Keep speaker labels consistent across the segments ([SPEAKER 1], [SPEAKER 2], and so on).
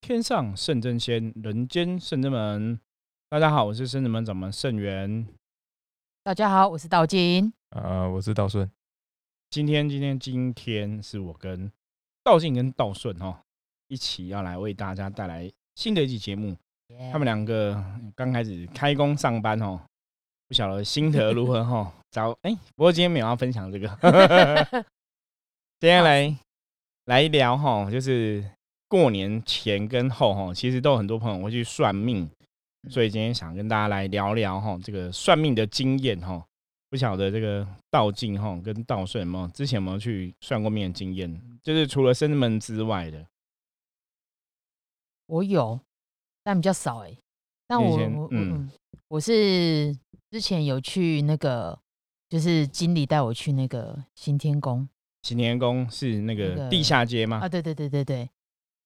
[SPEAKER 1] 天上圣真仙，人间圣真门。大家好，我是圣真门掌门圣元。
[SPEAKER 2] 大家好，我是道金。
[SPEAKER 3] 啊，我是道顺，
[SPEAKER 1] 今天，今天，今天是我跟道静跟道顺哈一起要来为大家带来新的一集节目。他们两个刚开始开工上班哦，不晓得心得如何哈。早哎、不过今天没有要分享这个， 今天来来聊哈，就是过年前跟后哈，其实都有很多朋友会去算命，所以今天想跟大家来聊聊哈这个算命的经验哈。不晓得这个道静哈跟道顺有没有之前有没有去算过命的经验？就是除了生门之外的，
[SPEAKER 2] 我有，但比较少哎、但
[SPEAKER 1] 你以
[SPEAKER 2] 我
[SPEAKER 1] 前
[SPEAKER 2] 我
[SPEAKER 1] 嗯
[SPEAKER 2] 嗯，我是之前有去那个，就是经理带我去那个新天宫
[SPEAKER 1] 擎天宫是那
[SPEAKER 2] 那
[SPEAKER 1] 个
[SPEAKER 2] 个
[SPEAKER 1] 地下街吗
[SPEAKER 2] 啊，？对对对对对。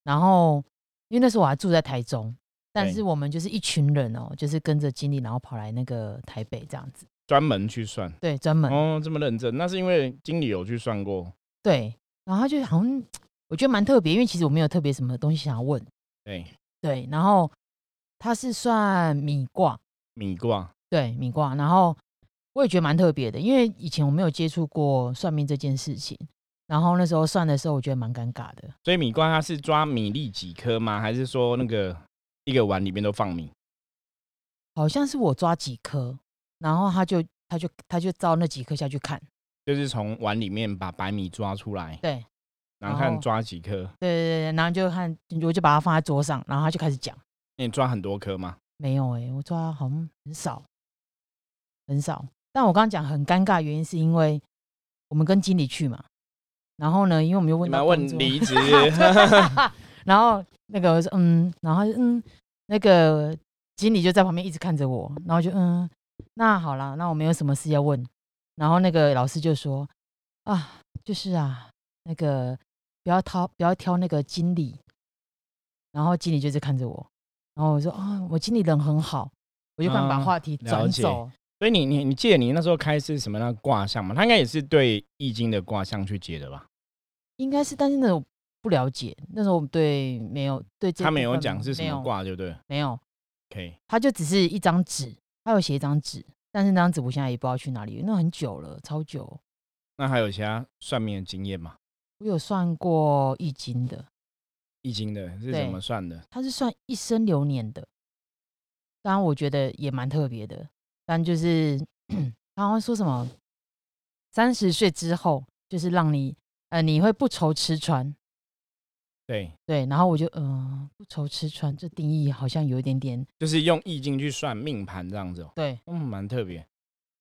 [SPEAKER 2] 然后因为那时候我还住在台中，但
[SPEAKER 1] 对
[SPEAKER 2] 是我们就是一群人哦、就是跟着经理，然后跑来那个台北这样子，
[SPEAKER 1] 专门去算。
[SPEAKER 2] 对，专门、
[SPEAKER 1] 哦，这么认真，那是因为经理有去算过。
[SPEAKER 2] 对。然后他就好像我觉得蛮特别，因为其实我没有特别什么东西想要问，
[SPEAKER 1] 对，
[SPEAKER 2] 对。然后他是算米卦，
[SPEAKER 1] 米卦，
[SPEAKER 2] 对，米卦。然后我也觉得蛮特别的，因为以前我没有接触过算命这件事情。然后那时候算的时候，我觉得蛮尴尬的。
[SPEAKER 1] 所以米卦它是抓米粒几颗吗？还是说那个一个碗里面都放米？
[SPEAKER 2] 好像是我抓几颗，然后他就他就他就照那几颗下去看。
[SPEAKER 1] 就是从碗里面把白米抓出来，
[SPEAKER 2] 对哦
[SPEAKER 1] 然后
[SPEAKER 2] 然
[SPEAKER 1] 看
[SPEAKER 2] 后
[SPEAKER 1] 抓几颗。
[SPEAKER 2] 对对对，然后就看，我就把它放在桌上，然后他就开始讲。
[SPEAKER 1] 那哎你抓很多颗吗？
[SPEAKER 2] 没有诶、我抓好像很少，很少。但我刚刚讲很尴尬，原因是因为我们跟经理去嘛，然后呢，因为我们又
[SPEAKER 1] 你
[SPEAKER 2] 问
[SPEAKER 1] 们
[SPEAKER 2] 到
[SPEAKER 1] 要
[SPEAKER 2] 工
[SPEAKER 1] 问
[SPEAKER 2] 作
[SPEAKER 1] 离职
[SPEAKER 2] 然后那个我说嗯，然后他就嗯，那个经理就在旁边一直看着我，然后就嗯，那好啦，那我没有什么事要问。然后那个老师就说啊，就是啊，那个不要挑不要挑那个经理。然后经理就是看着我，然后我说啊，我经理人很好，我就赶快把
[SPEAKER 1] 嗯
[SPEAKER 2] 话题
[SPEAKER 1] 了
[SPEAKER 2] 转
[SPEAKER 1] 解
[SPEAKER 2] 走。
[SPEAKER 1] 所以你你你记得你那时候开是什么那个卦象吗？他应该也是对易经的卦象去解的吧？
[SPEAKER 2] 应该是，但是那种不了解，那时候我们对没有对这
[SPEAKER 1] 他
[SPEAKER 2] 部
[SPEAKER 1] 没有
[SPEAKER 2] 分
[SPEAKER 1] 讲是什
[SPEAKER 2] 没
[SPEAKER 1] 么
[SPEAKER 2] 有
[SPEAKER 1] 卦，对不对
[SPEAKER 2] 没有。
[SPEAKER 1] ？OK，
[SPEAKER 2] 他就只是一张纸，他有写一张纸，但是那张纸我现在也不知道去哪里，那很久了，超久。
[SPEAKER 1] 那还有其他算命的经验吗？
[SPEAKER 2] 我有算过易经的，
[SPEAKER 1] 易经的是
[SPEAKER 2] 对
[SPEAKER 1] 怎么算的？
[SPEAKER 2] 他是算一生流年的，当然我觉得也蛮特别的，但就是 他好像说什么三十岁之后就是让你呃你会不愁吃穿，
[SPEAKER 1] 对，
[SPEAKER 2] 对，然后我就嗯、呃不愁吃穿这定义好像有一点点
[SPEAKER 1] 就是用易经去算命盘这样子、哦，
[SPEAKER 2] 对，
[SPEAKER 1] 嗯，蛮特别。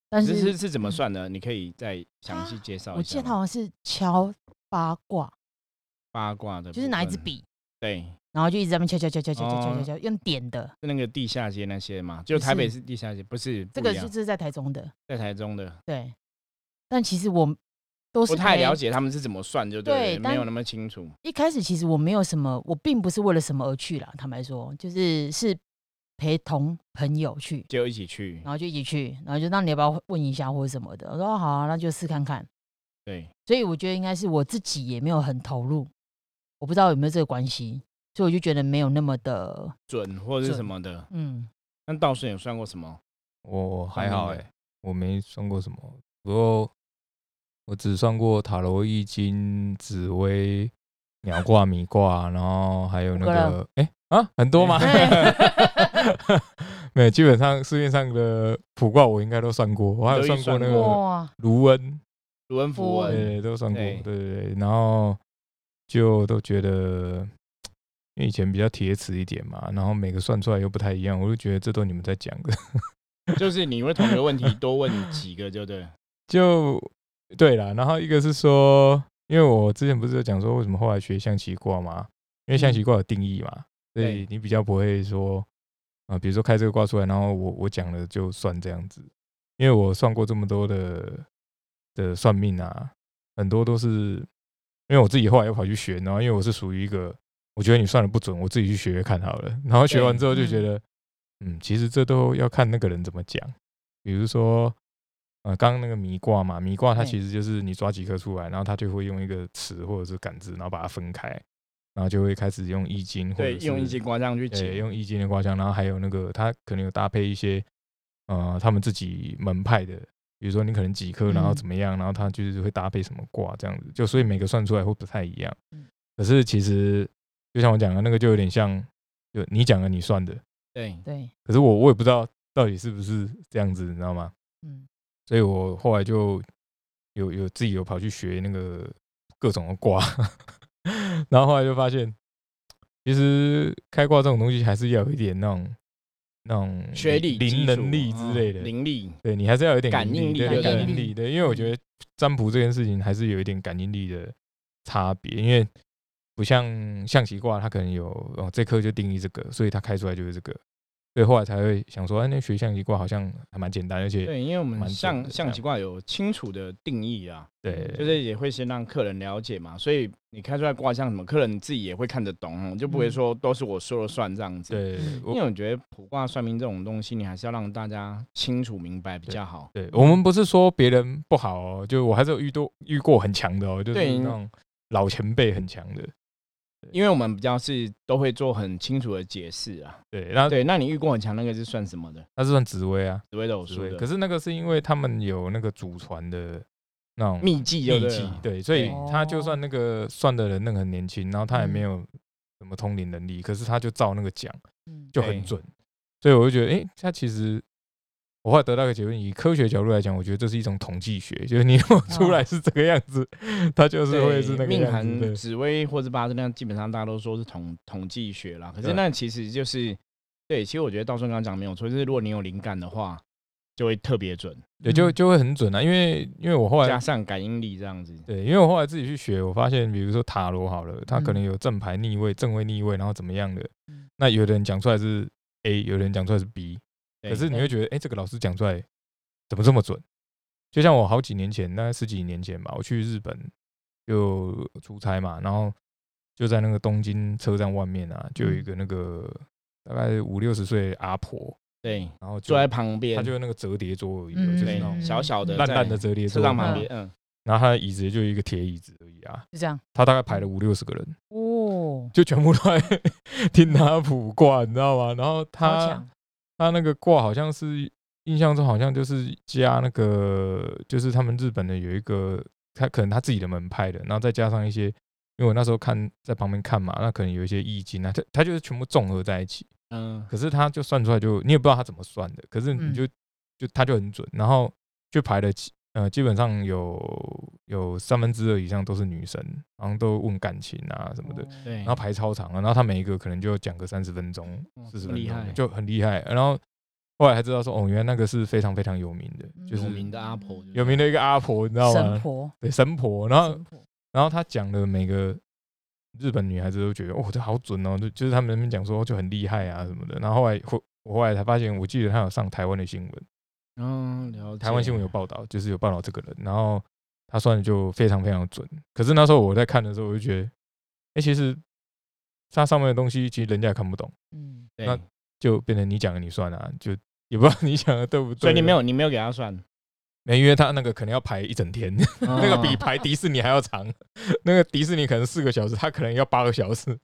[SPEAKER 2] 但
[SPEAKER 1] 这
[SPEAKER 2] 是嗯啊
[SPEAKER 1] 是是怎么算的？你可以再详细介绍
[SPEAKER 2] 我
[SPEAKER 1] 一
[SPEAKER 2] 记得
[SPEAKER 1] 下
[SPEAKER 2] 他
[SPEAKER 1] 吗。
[SPEAKER 2] 好像是敲八卦，
[SPEAKER 1] 八卦的，啊
[SPEAKER 2] 就是拿一支，笔。
[SPEAKER 1] 对，
[SPEAKER 2] 然后就一直在那边敲敲敲敲敲敲敲
[SPEAKER 1] 哦
[SPEAKER 2] 敲敲，用点的。
[SPEAKER 1] 是那个地下街那些嘛，就
[SPEAKER 2] 不
[SPEAKER 1] 台北
[SPEAKER 2] 是
[SPEAKER 1] 是地下街，不是
[SPEAKER 2] 这
[SPEAKER 1] 不
[SPEAKER 2] 个
[SPEAKER 1] 一
[SPEAKER 2] 就
[SPEAKER 1] 样
[SPEAKER 2] 是在台中的，
[SPEAKER 1] 在台中的，
[SPEAKER 2] 对。但其实我都是
[SPEAKER 1] 不太
[SPEAKER 2] 陪
[SPEAKER 1] 了。解他们是怎么算，就
[SPEAKER 2] 对
[SPEAKER 1] 对了，没
[SPEAKER 2] 但
[SPEAKER 1] 有那么清楚。
[SPEAKER 2] 一开始其实我没有什么，我并不是为了什么而去啦。坦白说，就是是陪同朋友去，
[SPEAKER 1] 就一起去
[SPEAKER 2] 然，后就一起去，然后就那你要不要问一下或者什么的？我说哦好啊、那就试看看。
[SPEAKER 1] 对，
[SPEAKER 2] 所以我觉得应该是我自己也没有很投入，我不知道有没有这个关系，所以我就觉得没有那么的
[SPEAKER 1] 准或者是
[SPEAKER 2] 准
[SPEAKER 1] 什么的。
[SPEAKER 2] 嗯。
[SPEAKER 1] 那道顺有算过什么？
[SPEAKER 3] 我我
[SPEAKER 1] 算
[SPEAKER 3] 还好
[SPEAKER 1] 命
[SPEAKER 3] 哎、
[SPEAKER 1] 的
[SPEAKER 3] 我没算过什么，不过我只算过塔罗易经、紫薇、鸟卦、米卦，然后还有
[SPEAKER 2] 五
[SPEAKER 3] 那
[SPEAKER 2] 个了
[SPEAKER 3] 个哎、啊，很多吗？ 没有，基本上市面上的卜卦我应该都算过，我还
[SPEAKER 1] 都
[SPEAKER 3] 有
[SPEAKER 1] 已
[SPEAKER 3] 算
[SPEAKER 1] 经算
[SPEAKER 3] 过那
[SPEAKER 1] 过
[SPEAKER 3] 个
[SPEAKER 2] 哇，
[SPEAKER 3] 卢恩，
[SPEAKER 1] 卢恩符
[SPEAKER 2] 符
[SPEAKER 3] 对
[SPEAKER 1] 文
[SPEAKER 2] 文，
[SPEAKER 3] 对，都算过，
[SPEAKER 1] 对
[SPEAKER 3] 对对对，然后就都觉得。因为以前比较铁齿一点嘛，然后每个算出来又不太一样，我就觉得这都你们在讲的，
[SPEAKER 1] 就是你会同一个问题多问几个，就对。
[SPEAKER 3] 就对啦，然后一个是说，因为我之前不是有讲说为什么后来学象棋卦嘛，因为象棋卦有定义嘛，所以
[SPEAKER 1] 对
[SPEAKER 3] 你比较不会说啊、比如说开这个卦出来，然后我我讲了就算这样子，因为我算过这么多的的算命啊，很多都是因为我自己后来又跑去学，然后因为我是属于一个我觉得你算的不准，我自己去学学看好了，然后学完之后就觉得，嗯，其实这都要看那个人怎么讲，比如说。呃，刚刚那个迷卦嘛，迷卦它
[SPEAKER 2] 对
[SPEAKER 3] 其实就是你抓几颗出来，然后它就会用一个尺或者是杆子，然后把它分开，然后就会开始用易经或
[SPEAKER 1] 对，
[SPEAKER 3] 者是
[SPEAKER 1] 用一些刮痧去
[SPEAKER 3] 对，
[SPEAKER 1] 解，
[SPEAKER 3] 用易经的卦象，然后还有那个他可能有搭配一些呃他们自己门派的，比如说你可能几颗，然后
[SPEAKER 2] 嗯
[SPEAKER 3] 怎么样，然后他就是会搭配什么卦这样子，就所以每个算出来会不太一样
[SPEAKER 2] 嗯。
[SPEAKER 3] 可是其实就像我讲的，那个就有点像就你讲的你算的，
[SPEAKER 1] 对，
[SPEAKER 2] 对，
[SPEAKER 3] 可是我我也不知道到底是不是这样子，你知道吗？
[SPEAKER 2] 嗯
[SPEAKER 3] 所以我后来就有有自己有跑去学那个各种的卦， 然后后来就发现，其实开挂这种东西还是要有一点那种那种
[SPEAKER 1] 学理基础
[SPEAKER 3] 灵能力之类的，
[SPEAKER 1] 嗯灵力，
[SPEAKER 3] 对你还是要有一点
[SPEAKER 1] 感应力啊嗯
[SPEAKER 3] 对
[SPEAKER 2] 对
[SPEAKER 3] 感
[SPEAKER 2] 对
[SPEAKER 3] 应力，对，因为我觉得占卜这件事情还是有一点感应力的差别，因为不像象棋卦，它可能有哦这颗就定义这个，所以它开出来就是这个，所以后来才会想说，哎，那学象棋卦好像还蛮简单，而且
[SPEAKER 1] 对，因为我们
[SPEAKER 3] 蛮准
[SPEAKER 1] 象
[SPEAKER 3] 的
[SPEAKER 1] 象棋卦有清楚的定义啊，
[SPEAKER 3] 对，
[SPEAKER 1] 就是也会先让客人了解嘛，所以你开出来卦象什么，客人自己也会看得懂，哦就不会
[SPEAKER 2] 嗯
[SPEAKER 1] 说都是我说了算这样子。，
[SPEAKER 3] 对
[SPEAKER 2] 嗯，
[SPEAKER 1] 因
[SPEAKER 3] 我
[SPEAKER 1] 为我觉得卜卦算命这种东西，你还是要让大家清楚明白比较好。
[SPEAKER 3] 对我们不是说别人不好哦，就我还是有遇多遇过很强的哦，就是
[SPEAKER 1] 对
[SPEAKER 3] 那种老前辈很强的，
[SPEAKER 1] 因为我们比较是都会做很清楚的解释啊。
[SPEAKER 3] 对，那
[SPEAKER 1] 对，那你遇过很强那个是算什么的？
[SPEAKER 3] 他是算紫薇啊，
[SPEAKER 1] 紫微斗
[SPEAKER 3] 紫
[SPEAKER 1] 数
[SPEAKER 3] 薇，
[SPEAKER 1] 的，
[SPEAKER 3] 可是那个是因为他们有那个祖传的那种
[SPEAKER 1] 秘技就啊
[SPEAKER 3] 秘
[SPEAKER 1] 对
[SPEAKER 3] 技
[SPEAKER 1] 了，
[SPEAKER 3] 对，所以
[SPEAKER 2] 对
[SPEAKER 3] 他就算那个算的人那个很年轻，然后他也
[SPEAKER 1] 嗯
[SPEAKER 3] 没有什么通灵能力，可是他就照那个讲
[SPEAKER 2] 嗯，
[SPEAKER 3] 就
[SPEAKER 1] 对
[SPEAKER 3] 很准，所以我就觉得，诶，他其实。我后来得到一个结论，以科学角度来讲，我觉得这是一种统计学，就是你如果出来是这个样子，它就是会是那个
[SPEAKER 1] 命
[SPEAKER 3] 样子。对
[SPEAKER 1] 盘、紫微或是八字那样，基本上大家都说是统统计学啦。可是
[SPEAKER 3] 对
[SPEAKER 1] 那其实就是对，其实我觉得道顺刚刚讲没有错，就是如果你有灵感的话，就会特别准，
[SPEAKER 3] 对，就
[SPEAKER 2] 嗯
[SPEAKER 3] 就会很准啊，因为因为我后来
[SPEAKER 1] 加上感应力这样子。
[SPEAKER 3] 对，因为我后来自己去学，我发现比如说塔罗好了，它
[SPEAKER 2] 嗯
[SPEAKER 3] 可能有正牌逆位、正位逆位，然后怎么样的
[SPEAKER 2] 嗯，
[SPEAKER 3] 那有的人讲出来是 A，有的人讲出来是 B，
[SPEAKER 1] 对
[SPEAKER 3] 可是你
[SPEAKER 2] 对
[SPEAKER 3] 会觉得，哎，这个老师讲出来怎么这么准？就像我好几年前，大概十几年前吧，我去日本就出差嘛，然后就在那个东京车站外面啊，就有一
[SPEAKER 2] 嗯
[SPEAKER 3] 个那个大概五六十岁的阿婆，
[SPEAKER 1] 对，
[SPEAKER 3] 然后就
[SPEAKER 1] 坐在旁边，
[SPEAKER 3] 她就是那个折叠桌而已，哦
[SPEAKER 2] 嗯
[SPEAKER 3] 就是那
[SPEAKER 1] 对
[SPEAKER 3] 种
[SPEAKER 1] 小小的
[SPEAKER 3] 烂
[SPEAKER 1] 在
[SPEAKER 3] 烂的折叠
[SPEAKER 1] 车
[SPEAKER 3] 桌
[SPEAKER 1] 上
[SPEAKER 3] 嘛
[SPEAKER 1] 旁边，嗯，
[SPEAKER 3] 然后他的椅子也就一个铁椅子而已啊，
[SPEAKER 2] 就这样
[SPEAKER 3] 他大概排了五六十个人，
[SPEAKER 2] 哦，
[SPEAKER 3] 就全部都在 听他卜卦，你知道吗？然后
[SPEAKER 2] 超
[SPEAKER 3] 他
[SPEAKER 2] 强，
[SPEAKER 3] 他那个卦好像是印象中好像就是加那个，就是他们日本的有一个，他可能他自己的门派的，然后再加上一些，因为我那时候看在旁边看嘛，那可能有一些易经啊，他他就是全部综合在一起，
[SPEAKER 1] 嗯，
[SPEAKER 3] 可是他就算出来就你也不知道他怎么算的，可是你
[SPEAKER 2] 嗯
[SPEAKER 3] 就、就他就很准，然后就排了几呃基本上有有三分之二以上都是女生，然后都问感情啊什么的，
[SPEAKER 2] 哦
[SPEAKER 1] 对
[SPEAKER 3] 然后排超长啊，然后他每一个可能就讲个三十分钟
[SPEAKER 1] 哦
[SPEAKER 3] 四十
[SPEAKER 1] 很
[SPEAKER 3] 分
[SPEAKER 1] 厉
[SPEAKER 3] 钟
[SPEAKER 1] 害
[SPEAKER 3] 就很厉害，然后后来才知道说哦原来那个是非常非常有名的，就是
[SPEAKER 1] 嗯有名的阿婆就是
[SPEAKER 3] 有名的一个啊阿婆，你知道
[SPEAKER 2] 嗯神
[SPEAKER 3] 吗？
[SPEAKER 2] 婆，
[SPEAKER 3] 对神婆，然后
[SPEAKER 2] 神婆
[SPEAKER 3] 然后他讲的每个日本女孩子都觉得哦，这好准哦，就就是他们那边讲说就很厉害啊什么的。然后后来后我后来才发现，我记得他有上台湾的新闻，
[SPEAKER 1] 嗯，了解。
[SPEAKER 3] 台湾新闻有报道，就是有报道这个人，然后他算的就非常非常准。可是那时候我在看的时候，我就觉得，哎、其实它上面的东西其实人家也看不懂，
[SPEAKER 2] 嗯，
[SPEAKER 1] 对
[SPEAKER 3] 那，就变成你讲的你算啊，就也不知道你讲的对不对。
[SPEAKER 1] 所以你没有你没有给他算，
[SPEAKER 3] 没，因为他那个可能要排一整天， 那
[SPEAKER 1] 那
[SPEAKER 3] 个比排迪士尼还要长，那个迪士尼可能四个小时，他可能要八个小时。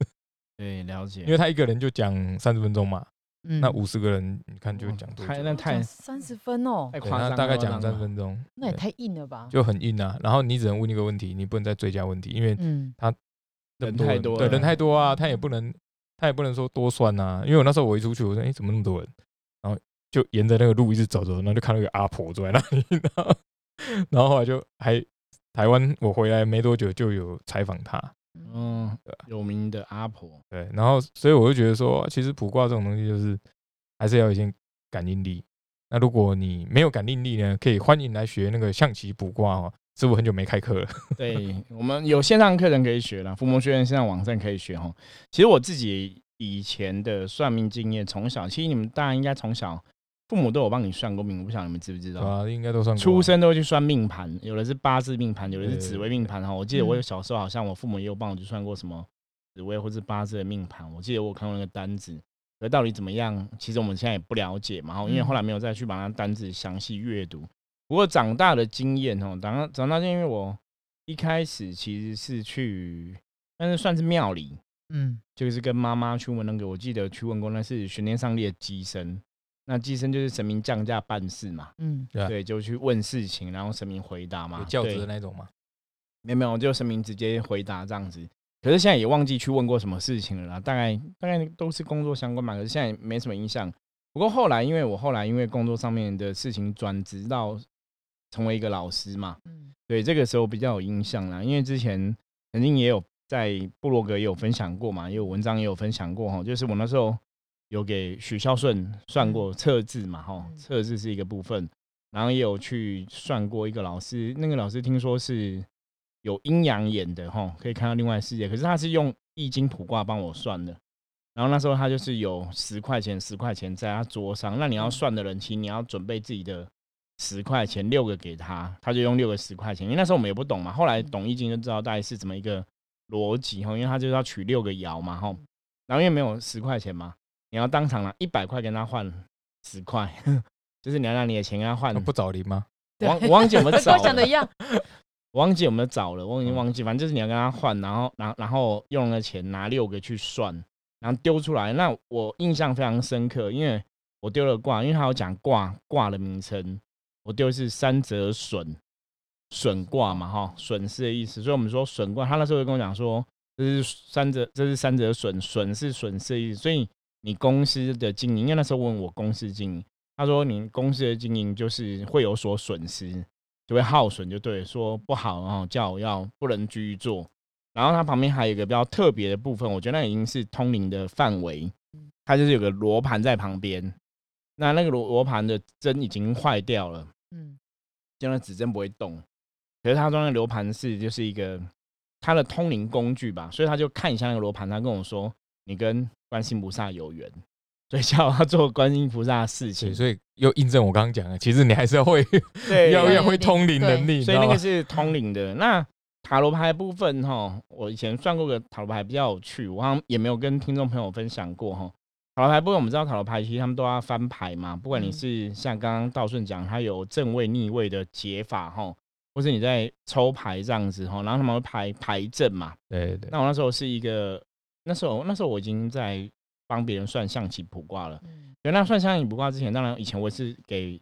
[SPEAKER 1] 对了解，
[SPEAKER 3] 因为他一个人就讲三十分钟嘛，
[SPEAKER 2] 嗯
[SPEAKER 3] 那五十个人你看就
[SPEAKER 1] 哇
[SPEAKER 3] 讲多久
[SPEAKER 1] 哦太？那太
[SPEAKER 2] 三十分哦
[SPEAKER 1] 太，
[SPEAKER 3] 对
[SPEAKER 1] 夸张
[SPEAKER 3] 他
[SPEAKER 1] 了，啊
[SPEAKER 3] 大概讲
[SPEAKER 1] 夸张
[SPEAKER 3] 三
[SPEAKER 1] 了
[SPEAKER 3] 分钟，
[SPEAKER 2] 那也
[SPEAKER 3] 对
[SPEAKER 2] 太硬了吧？
[SPEAKER 3] 就很硬啊。然后你只能问一个问题，你不能再追加问题，因为
[SPEAKER 2] 嗯，
[SPEAKER 3] 那么
[SPEAKER 1] 人
[SPEAKER 3] 多
[SPEAKER 1] 太多
[SPEAKER 3] 对，
[SPEAKER 1] 了
[SPEAKER 3] 人太多啊，他也不能，他也不能说多算啊。因为我那时候我一出去，我说，哎，怎么那么多人？然后就沿着那个路一直走走，然后就看到一个阿婆坐在那里， 然后然后后来就还台湾，我回来没多久就有采访他，
[SPEAKER 1] 嗯
[SPEAKER 3] 对啊，
[SPEAKER 1] 有名的阿婆，
[SPEAKER 3] 对，然后所以我就觉得说，其实卜卦这种东西就是还是要有一些感应力。那如果你没有感应力呢，可以欢迎来学那个象棋卜卦哦。师傅很久没开课了，
[SPEAKER 1] 对我们有线上课程可以学啦，伏魔学院线上网站可以学哈。其实我自己以前的算命经验，从小其实你们大家应该从小父母都有帮你算过命，我不晓得你们知不知
[SPEAKER 3] 对
[SPEAKER 1] 道。
[SPEAKER 3] 啊，应该都算过啊
[SPEAKER 1] 出生都会去算命盘，有的是八字命盘，有的是
[SPEAKER 3] 对
[SPEAKER 1] 紫微命盘哈。我记得我
[SPEAKER 2] 嗯
[SPEAKER 1] 小时候好像我父母也有帮我去算过什么紫微或是八字的命盘，我记得我有看过那个单子，可到底怎么样，其实我们现在也不了解嘛，齁因为
[SPEAKER 2] 嗯
[SPEAKER 1] 后来没有再去把那单子详细阅读。不过长大的经验哦，长长大经验，因为我一开始其实是去，但是算是庙里，
[SPEAKER 2] 嗯
[SPEAKER 1] 就是跟妈妈去问那个，我记得去问过那是玄天上帝的机身，那机身就是神明降价办事嘛，
[SPEAKER 2] 嗯
[SPEAKER 3] 对啊
[SPEAKER 1] 对，就去问事情，然后神明回答嘛，
[SPEAKER 3] 有教
[SPEAKER 1] 对
[SPEAKER 3] 职的那种嘛，
[SPEAKER 1] 没有没有，就神明直接回答这样子。可是现在也忘记去问过什么事情了啦，大概大概都是工作相关嘛，可是现在也没什么印象。不过后来，因为我后来因为工作上面的事情转职到成为一个老师嘛，
[SPEAKER 2] 嗯
[SPEAKER 1] 对，这个时候比较有印象啦，因为之前曾经也有在部落格也有分享过嘛，也有文章也有分享过哈，就是我那时候有给许孝顺算过测字嘛哈
[SPEAKER 2] 嗯，
[SPEAKER 1] 测字是一个部分，然后也有去算过一个老师，那个老师听说是有阴阳眼的哈，可以看到另外的世界，可是他是用易经卜卦帮我算的。然后那时候他就是有十块钱，十块钱在他桌上。那你要算的人，其实你要准备自己的十块钱六个给他，他就用六个十块钱，因为那时候我们也不懂嘛，后来懂易经就知道大概是怎么一个逻辑哈，因为他就是要取六个爻嘛哈，然后因为没有十块钱嘛，你要当场拿一百块跟他换十块， 就是你要拿你的钱跟他换
[SPEAKER 3] 啊，不找零吗？
[SPEAKER 2] 对
[SPEAKER 1] 王王 姐我们
[SPEAKER 2] 跟
[SPEAKER 1] 找
[SPEAKER 2] 我想的一样，
[SPEAKER 1] 我忘记有没有找了，我已经忘记，反正就是你要跟他换，然后然后然后用了钱拿六个去算，然后丢出来。那我印象非常深刻，因为我丢了卦，因为他有讲卦卦的名称，我丢的是三折损损卦嘛，哈，损失的意思。所以我们说损卦，他那时候就跟我讲说，这是三折，这是三折损，损是损失的意思。所以你公司的经营，因为那时候问我公司经营，他说你公司的经营就是会有所损失。就会耗损，就对了，说不好，然后叫我要不能继续做。然后它旁边还有一个比较特别的部分，我觉得那已经是通灵的范围，它就是有个罗盘在旁边，那那个罗罗盘的针已经坏掉了，
[SPEAKER 2] 嗯
[SPEAKER 1] 就那指针不会动。可是他说那个罗盘是就是一个他的通灵工具吧，所以他就看一下那个罗盘，他跟我说你跟观世音菩萨有缘，所以叫我要做观世音菩萨的事
[SPEAKER 3] 对，
[SPEAKER 1] 情。
[SPEAKER 3] 所以又印证我刚刚讲的，其实你还是要会
[SPEAKER 1] 对
[SPEAKER 3] 要
[SPEAKER 2] 对
[SPEAKER 3] 要
[SPEAKER 2] 对
[SPEAKER 3] 会通灵
[SPEAKER 2] 对
[SPEAKER 3] 能力，你知
[SPEAKER 1] 所以那
[SPEAKER 3] 道
[SPEAKER 1] 个
[SPEAKER 3] 吗？
[SPEAKER 1] 是通灵的。那塔罗牌的部分哈，我以前算过个塔罗牌比较有趣，我好像也没有跟听众朋友分享过哈。塔罗牌部分我们知道，塔罗牌其实他们都要翻牌嘛，不管你
[SPEAKER 2] 嗯
[SPEAKER 1] 是像刚刚道顺讲，它有正位、逆位的解法哈，或是你在抽牌这样子哈，然后他们会排牌阵嘛，
[SPEAKER 3] 对对，
[SPEAKER 1] 那我那时候是一个，那时候那时候我已经在帮别人算象棋卜卦了。
[SPEAKER 2] 嗯
[SPEAKER 1] 对，那算象棋卜卦之前，当然以前我是给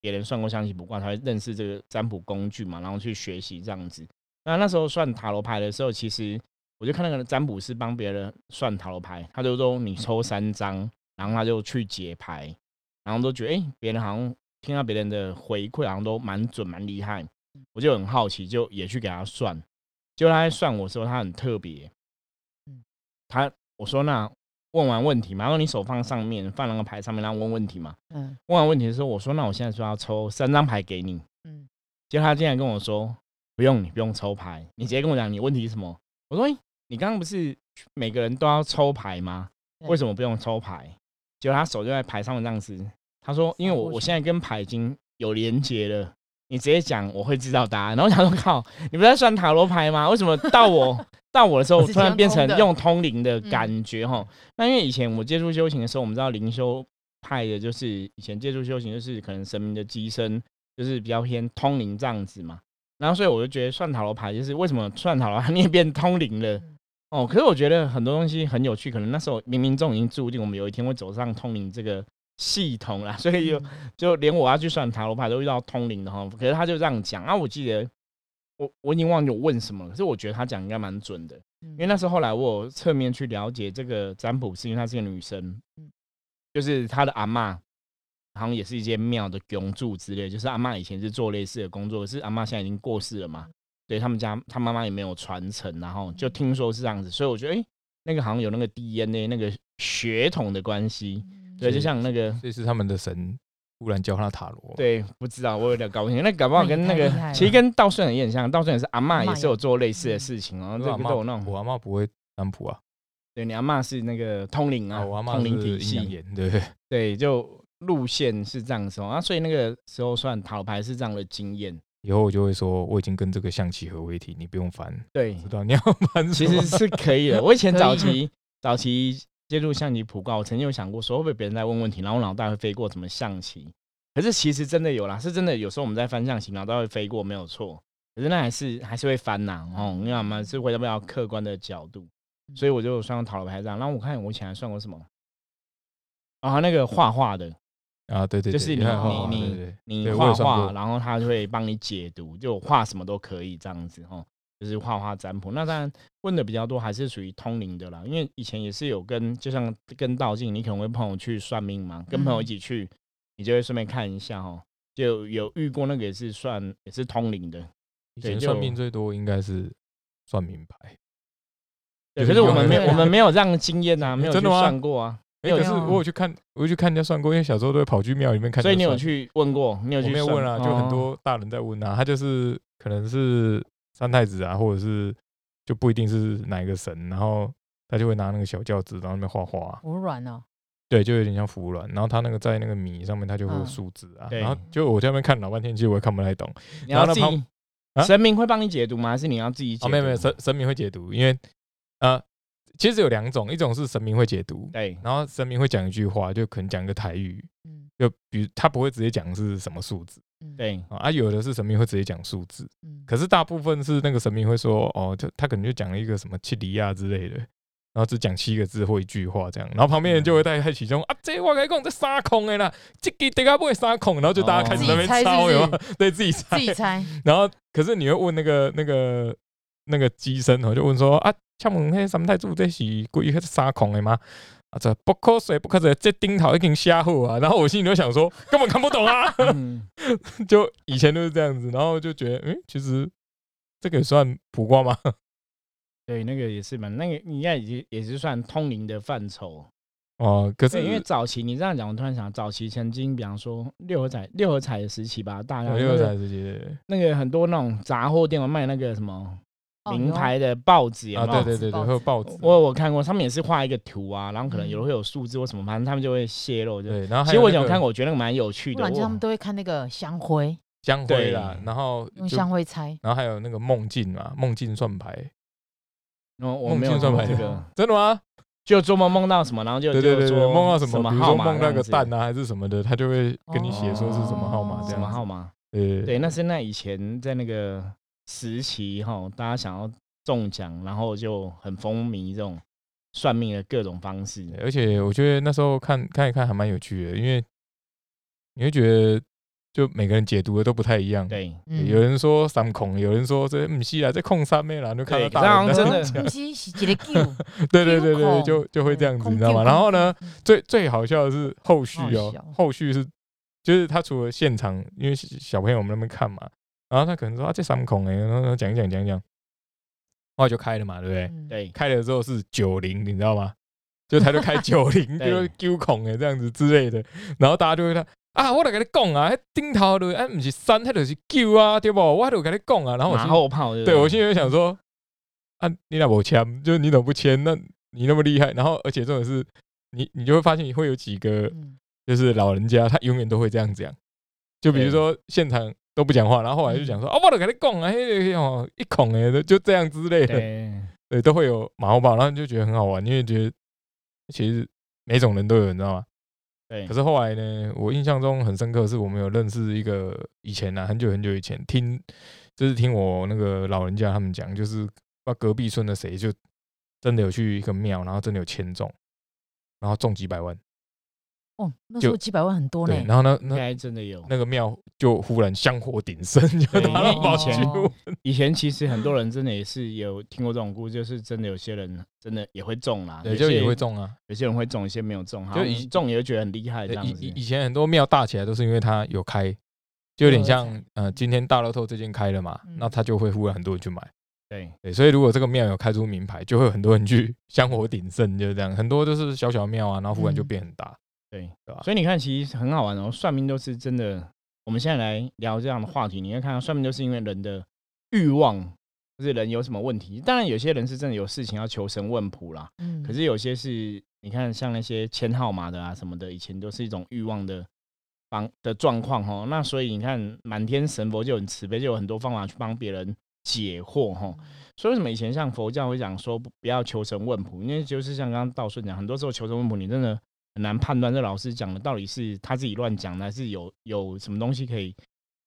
[SPEAKER 1] 别人算过象棋卜卦，才会认识这个占卜工具嘛，然后去学习这样子。那那时候算塔罗牌的时候，其实我就看那个占卜师帮别人算塔罗牌，他就说你抽三张，然后他就去解牌，然后都觉得哎，诶别、人好像听到别人的回馈，好像都蛮准蛮厉害，我就很好奇，就也去给他算。结果他在算我的时候，他很特别
[SPEAKER 2] 嗯，
[SPEAKER 1] 他我说那问完问题嘛，然后你手放上面，放那个牌上面，然后问问题嘛。
[SPEAKER 2] 嗯
[SPEAKER 1] 问完问题的时候，我说那我现在说要抽三张牌给你，
[SPEAKER 2] 嗯
[SPEAKER 1] 结果他竟然跟我说不用，你不用抽牌，你直接跟我讲你问题是什么。我说、诶你刚刚不是每个人都要抽牌吗？
[SPEAKER 2] 对
[SPEAKER 1] 为什么不用抽牌？结果他手就在牌上面这样子，他说因为我
[SPEAKER 2] 扫过去
[SPEAKER 1] 我现在跟牌已经有连接了。你直接讲，我会知道答案。然后我想说，靠，你不是在算塔罗牌吗？为什么到 我到我的时候，
[SPEAKER 2] 我是
[SPEAKER 1] 突然
[SPEAKER 2] 想
[SPEAKER 1] 变
[SPEAKER 2] 通
[SPEAKER 1] 成
[SPEAKER 2] 的
[SPEAKER 1] 用通灵的感觉哈？那因为以前我接触修行的时候，我们知道灵修派的，就是以前接触修行就是可能神明的机身，就是比较偏通灵这样子嘛。然后所以我就觉得算塔罗牌就是为什么算塔罗牌你也变通灵了
[SPEAKER 2] 嗯
[SPEAKER 1] 哦。可是我觉得很多东西很有趣，可能那时候冥冥中已经注定我们有一天会走上通灵这个系统啦，所
[SPEAKER 3] 哎
[SPEAKER 1] 以有
[SPEAKER 2] 嗯
[SPEAKER 1] 就连我要去算塔罗牌都遇到通灵的哈。可是他就这样讲啊，我记得我我已经忘记我问什么了，可是我觉得他讲应该蛮准的。
[SPEAKER 2] 嗯
[SPEAKER 1] 因为那时候后来我有侧面去了解这个占卜师，因为她是个女生
[SPEAKER 2] 嗯，
[SPEAKER 1] 就是她的阿嬷好像也是一间庙的永住之类，就是阿嬷以前是做类似的工作，可是阿嬷现在已经过世了
[SPEAKER 2] 嗯
[SPEAKER 1] 嘛，对他们家她妈妈也没有传承，然后就听说是这样子，所以我觉得诶，那个好像有那个 DNA 那个血统的关系，
[SPEAKER 2] 嗯
[SPEAKER 1] 对，
[SPEAKER 3] 是
[SPEAKER 1] 就像那个
[SPEAKER 3] 所以是他们的神突然教他塔罗，
[SPEAKER 1] 对，不知道，我有点搞不清。那搞不好
[SPEAKER 2] 那
[SPEAKER 1] 跟
[SPEAKER 2] 也
[SPEAKER 1] 那
[SPEAKER 2] 哎太
[SPEAKER 1] 个
[SPEAKER 2] 厉害
[SPEAKER 1] 其实
[SPEAKER 2] 了
[SPEAKER 1] 跟道顺也很像，道顺也是阿
[SPEAKER 2] 阿
[SPEAKER 1] 嬷
[SPEAKER 2] 嬷
[SPEAKER 1] 也是
[SPEAKER 2] 也
[SPEAKER 1] 有做类似的
[SPEAKER 2] 嗯
[SPEAKER 1] 事情哦，
[SPEAKER 3] 因
[SPEAKER 1] 这
[SPEAKER 3] 为我
[SPEAKER 1] 个
[SPEAKER 3] 阿
[SPEAKER 1] 都有
[SPEAKER 3] 嬷，
[SPEAKER 1] 那种。
[SPEAKER 3] 我阿妈不会占卜啊，
[SPEAKER 1] 对你阿嬷是那个通灵啊，
[SPEAKER 3] 啊，我阿妈
[SPEAKER 1] 通
[SPEAKER 3] 是
[SPEAKER 1] 灵体
[SPEAKER 3] 阴阳
[SPEAKER 1] 系，
[SPEAKER 3] 眼，对对
[SPEAKER 1] 对，就路线是这样子哦。啊，所以那个时候算塔罗牌是这样的经验，
[SPEAKER 3] 以后我就会说我已经跟这个象棋合为一体，你不用烦，
[SPEAKER 1] 对，
[SPEAKER 3] 知道你要烦
[SPEAKER 1] 嗯
[SPEAKER 3] 什
[SPEAKER 1] 其
[SPEAKER 3] 么。
[SPEAKER 1] 实是可以的。我以前
[SPEAKER 2] 可以啊
[SPEAKER 1] 早期早期接触象棋卜卦，我曾经有想过说会不会别人在问问题，然后我脑袋会飞过什么象棋。可是其实真的有啦，是真的。有时候我们在翻象棋，脑袋会飞过，没有错。可是那还是还是会翻呐、哦，因为我们是回到比较客观的角度。所以
[SPEAKER 2] 嗯
[SPEAKER 1] 我就算塔罗牌这样。然后我看我以前还算过什么啊，那个画画的，
[SPEAKER 3] 啊，对对对，
[SPEAKER 1] 就是你
[SPEAKER 3] 也很好
[SPEAKER 2] 你
[SPEAKER 3] 玩
[SPEAKER 1] 你
[SPEAKER 3] 对对对
[SPEAKER 1] 你
[SPEAKER 3] 对我
[SPEAKER 1] 画
[SPEAKER 3] 也算
[SPEAKER 1] 画，
[SPEAKER 3] 过
[SPEAKER 1] 然后他就会帮你解读，就画什么都可以这样子哈，就是画画占卜。那当然问的比较多还是属于通灵的啦，因为以前也是有跟，就像跟道静，你可能会朋友去算命嘛，跟朋友一起去，你就会顺便看一下哈。就有遇过那个也是算也是通灵的，
[SPEAKER 3] 以
[SPEAKER 1] 对
[SPEAKER 3] 前算
[SPEAKER 1] 就
[SPEAKER 3] 命最多应该是算名牌，
[SPEAKER 1] 对，
[SPEAKER 3] 就
[SPEAKER 1] 可
[SPEAKER 3] 是
[SPEAKER 1] 是我们
[SPEAKER 3] 有
[SPEAKER 1] 没
[SPEAKER 2] 人
[SPEAKER 1] 有我们没有这样的经验啊，没有去
[SPEAKER 3] 真的吗
[SPEAKER 1] 算过啊，
[SPEAKER 3] 哎，
[SPEAKER 1] 有
[SPEAKER 3] 可是
[SPEAKER 2] 没有啊
[SPEAKER 3] 我有去看，我有去看人家算过，因为小时候都会跑去庙里面看人家算。
[SPEAKER 1] 所以你有去问过，你有
[SPEAKER 3] 我
[SPEAKER 1] 去
[SPEAKER 3] 没有
[SPEAKER 1] 算
[SPEAKER 3] 问啊，就很
[SPEAKER 1] 哦
[SPEAKER 3] 多大人在问啊，他就是可能是三太子啊，或者是就不一定是哪一个神，然后他就会拿那个小轿子，然后在那边画画啊，
[SPEAKER 2] 我软哦，
[SPEAKER 3] 对，就有点像服软，然后他那个在那个米上面，他就会有
[SPEAKER 2] 嗯
[SPEAKER 3] 数字啊，
[SPEAKER 1] 对
[SPEAKER 3] 然后就我在那边看老半天，其实我也看不太懂，
[SPEAKER 1] 你
[SPEAKER 3] 然
[SPEAKER 1] 要
[SPEAKER 3] 后
[SPEAKER 1] 自
[SPEAKER 3] 那
[SPEAKER 1] 己
[SPEAKER 3] 啊
[SPEAKER 1] 神明会帮你解读吗？还是你要自己解
[SPEAKER 3] 哦，
[SPEAKER 1] 读？
[SPEAKER 3] 没有没有，神神明会解读，因为呃，其实有两种，一种是神明会解读，
[SPEAKER 1] 对
[SPEAKER 3] 然后神明会讲一句话，就可能讲一个台语，
[SPEAKER 2] 嗯
[SPEAKER 3] 就比如他不会直接讲是什么数字
[SPEAKER 2] 嗯，
[SPEAKER 1] 对，
[SPEAKER 3] 啊，啊有的是神明会直接讲数字，
[SPEAKER 2] 嗯，
[SPEAKER 3] 可是大部分是那个神明会说，哦，就他可能就讲了一个什么七里亚之类的，然后只讲七个字或一句话这样，然后旁边人就会在在其中啊，这我跟你讲这杀空的啦，这个等下不会杀空，然后就大家开始在那边
[SPEAKER 2] 自己猜
[SPEAKER 3] 抄，有
[SPEAKER 2] 是
[SPEAKER 3] 没
[SPEAKER 2] 不
[SPEAKER 3] 有对哦 自己
[SPEAKER 2] 自
[SPEAKER 3] 猜，
[SPEAKER 2] 己猜，
[SPEAKER 3] 然后可是你会问那个那个那个机身哦，就问说啊，像我们那三太子这是故意去杀空的吗？啊，这不可水不可水，这顶头已经瞎唬啊！然后我心里就想说，根本看不懂啊！
[SPEAKER 1] 嗯，
[SPEAKER 3] 就以前都是这样子，然后就觉得，嗯，其实这个也算卜卦吗？
[SPEAKER 1] 对，那个也是蛮，那个应该也是也是算通灵的范畴。
[SPEAKER 3] 哦，可是
[SPEAKER 1] 对，因为早期你这样讲，我突然想，早期曾经，比方说六合彩、六合彩的时期吧，大家
[SPEAKER 3] 我
[SPEAKER 1] 那
[SPEAKER 3] 六
[SPEAKER 1] 个
[SPEAKER 3] 才是些
[SPEAKER 1] 那个很多那种杂货店，有卖那个什么
[SPEAKER 2] 哦
[SPEAKER 1] 名，
[SPEAKER 2] 有
[SPEAKER 1] 牌的报纸有
[SPEAKER 3] 啊，
[SPEAKER 1] 没有
[SPEAKER 3] 对对对对，
[SPEAKER 2] 报纸
[SPEAKER 3] 会有报纸，
[SPEAKER 1] 哦我我看过，上面也是画一个图啊，然后可能
[SPEAKER 2] 嗯
[SPEAKER 1] 有的会有数字或什么，反正他们就会泄露。就
[SPEAKER 3] 对，然后
[SPEAKER 1] 其
[SPEAKER 3] 还
[SPEAKER 1] 实
[SPEAKER 3] 有
[SPEAKER 1] 我以
[SPEAKER 3] 那
[SPEAKER 1] 前有
[SPEAKER 3] 个
[SPEAKER 1] 看过，我觉得那个蛮有趣
[SPEAKER 2] 不
[SPEAKER 1] 的。
[SPEAKER 2] 然他们
[SPEAKER 1] 我
[SPEAKER 2] 都会看那个香灰，
[SPEAKER 3] 香灰啦，
[SPEAKER 1] 对
[SPEAKER 3] 然后
[SPEAKER 2] 用
[SPEAKER 3] 就
[SPEAKER 2] 香灰猜，
[SPEAKER 3] 然后还有那个梦境嘛，梦境算牌，
[SPEAKER 1] 哦我
[SPEAKER 3] 梦
[SPEAKER 1] 没
[SPEAKER 3] 境
[SPEAKER 1] 有
[SPEAKER 3] 算
[SPEAKER 1] 看
[SPEAKER 3] 牌
[SPEAKER 1] 过这个，
[SPEAKER 3] 真的吗？
[SPEAKER 1] 就做梦梦到什么，然后就
[SPEAKER 3] 对对
[SPEAKER 1] 就
[SPEAKER 3] 对对，
[SPEAKER 1] 说
[SPEAKER 3] 梦到什
[SPEAKER 1] 什
[SPEAKER 3] 么，
[SPEAKER 1] 么
[SPEAKER 3] 比如
[SPEAKER 1] 号
[SPEAKER 3] 说
[SPEAKER 1] 码
[SPEAKER 3] 梦到
[SPEAKER 1] 这
[SPEAKER 3] 一
[SPEAKER 1] 样
[SPEAKER 3] 个
[SPEAKER 1] 子
[SPEAKER 3] 蛋啊还是什么的，他就会跟你写说是什么号码
[SPEAKER 2] 哦
[SPEAKER 3] 这样子。
[SPEAKER 1] 什么号码？
[SPEAKER 3] 对
[SPEAKER 1] 对，那是那以前在那个时期哈，大家想要中奖，然后就很风靡这种算命的各种方式。
[SPEAKER 3] 对而且我觉得那时候看看一看还蛮有趣的，因为你会觉得就每个人解读的都不太一样。
[SPEAKER 1] 对，
[SPEAKER 3] 对，
[SPEAKER 2] 嗯，
[SPEAKER 3] 有人说三孔，有人说这不是啦，这控三妹啦，你就看到
[SPEAKER 1] 对可
[SPEAKER 3] 大
[SPEAKER 1] 是好像
[SPEAKER 2] 嗯
[SPEAKER 3] 人在
[SPEAKER 1] 真的
[SPEAKER 3] 那边讲
[SPEAKER 2] 不是是一个球
[SPEAKER 3] 对对对
[SPEAKER 2] 有
[SPEAKER 3] 对，
[SPEAKER 2] 孔
[SPEAKER 3] 就就会这样子，
[SPEAKER 2] 空
[SPEAKER 3] 你知道
[SPEAKER 2] 间
[SPEAKER 3] 吗？然后呢，，
[SPEAKER 2] 空间
[SPEAKER 3] 最最好笑的是后续
[SPEAKER 2] 好
[SPEAKER 3] 哦
[SPEAKER 2] 笑，
[SPEAKER 3] 后续是就是他除了现场，因为小小朋友我们那边看嘛，然后他可能说啊这三孔哎，然后讲一讲讲一讲，后来就开了嘛，对不对？
[SPEAKER 2] 嗯，
[SPEAKER 1] 对，
[SPEAKER 3] 开了之后是九零，你知道吗？就他就开九 零，
[SPEAKER 1] 对
[SPEAKER 3] 就是九孔哎这样子之类的，然后大家就会看啊，我来跟你讲啊，那顶头的哎不是三，那就是九啊，对不？我就跟你讲啊，然后我
[SPEAKER 1] 马
[SPEAKER 3] 心
[SPEAKER 1] 后炮对不
[SPEAKER 3] 对
[SPEAKER 1] 对
[SPEAKER 3] 我心里面想说，啊，你俩不签，就是你怎么不签？那你那么厉害，然后而且重点是，你你就会发现会有几个
[SPEAKER 2] 嗯
[SPEAKER 3] 就是老人家，他永远都会这样讲，就比
[SPEAKER 1] 对
[SPEAKER 3] 如
[SPEAKER 1] 嗯
[SPEAKER 3] 说现场都不讲话，然后后来就讲说，啊，我都跟你讲啊，嘿哦一孔哎，就这样之类的，
[SPEAKER 1] 对
[SPEAKER 3] 对，都会有马后炮，然后你就觉得很好玩，因为觉得其实每种人都有，你知道吗？
[SPEAKER 1] 对，
[SPEAKER 3] 可是后来呢，我印象中很深刻，是我们有认识一个以前啊，很久很久以前听，就是听我那个老人家他们讲，就是不知道隔壁村的谁就真的有去一个庙，然后真的有签中，然后中几百万，
[SPEAKER 2] 哦，那时候几百万很
[SPEAKER 1] 哦
[SPEAKER 2] 多呢
[SPEAKER 3] 对，，然后呢，
[SPEAKER 1] 应
[SPEAKER 3] 那
[SPEAKER 1] 该真的有。
[SPEAKER 3] 那个庙就忽然香火鼎盛，就
[SPEAKER 1] 对
[SPEAKER 3] 拿
[SPEAKER 1] 因为
[SPEAKER 3] 到
[SPEAKER 1] 以
[SPEAKER 3] 宝
[SPEAKER 1] 前
[SPEAKER 3] 具
[SPEAKER 2] 哦
[SPEAKER 1] 以前其实很多人真的也是有听过这种故事，就是真的有些人真的也会中啦，
[SPEAKER 3] 对，
[SPEAKER 1] 有
[SPEAKER 3] 就
[SPEAKER 1] 些
[SPEAKER 3] 也会，中啊。
[SPEAKER 1] 有些人会中，有些没有中，好
[SPEAKER 3] 就
[SPEAKER 1] 像
[SPEAKER 3] 以
[SPEAKER 1] 中也会觉得很厉害这
[SPEAKER 3] 对
[SPEAKER 1] 样
[SPEAKER 3] 以
[SPEAKER 1] 子
[SPEAKER 3] 以。以前很多庙大起来都是因为它有开，就有点
[SPEAKER 2] 有
[SPEAKER 3] 像呃，
[SPEAKER 1] 嗯
[SPEAKER 3] 今天大乐透这件开了嘛，
[SPEAKER 2] 嗯
[SPEAKER 3] 那它就会忽然很多人去买。
[SPEAKER 1] 对
[SPEAKER 3] 对，所以如果这个庙有开出名牌，就会有很多人去香火鼎盛，就是这样。很多就是小小庙啊，然后忽然就
[SPEAKER 2] 嗯
[SPEAKER 3] 变很大。
[SPEAKER 1] 对
[SPEAKER 3] 对吧
[SPEAKER 1] 所以你看，其实很好玩哦。算命都是真的，我们现在来聊这样的话题，你会看到算命都是因为人的欲望，就是人有什么问题。当然，有些人是真的有事情要求神问卜啦，
[SPEAKER 2] 嗯
[SPEAKER 1] 可是有些是你看像那些签号码的啊什么的，以前都是一种欲望的帮的状况哦。那所以你看，满天神佛就很慈悲，就有很多方法去帮别人解惑哈、哦。所以为什么以前像佛教会讲说不不要求神问卜，因为就是像刚刚道顺讲，很多时候求神问卜你真的很难判断这老师讲的到底是他自己乱讲的，还是有有什么东西可以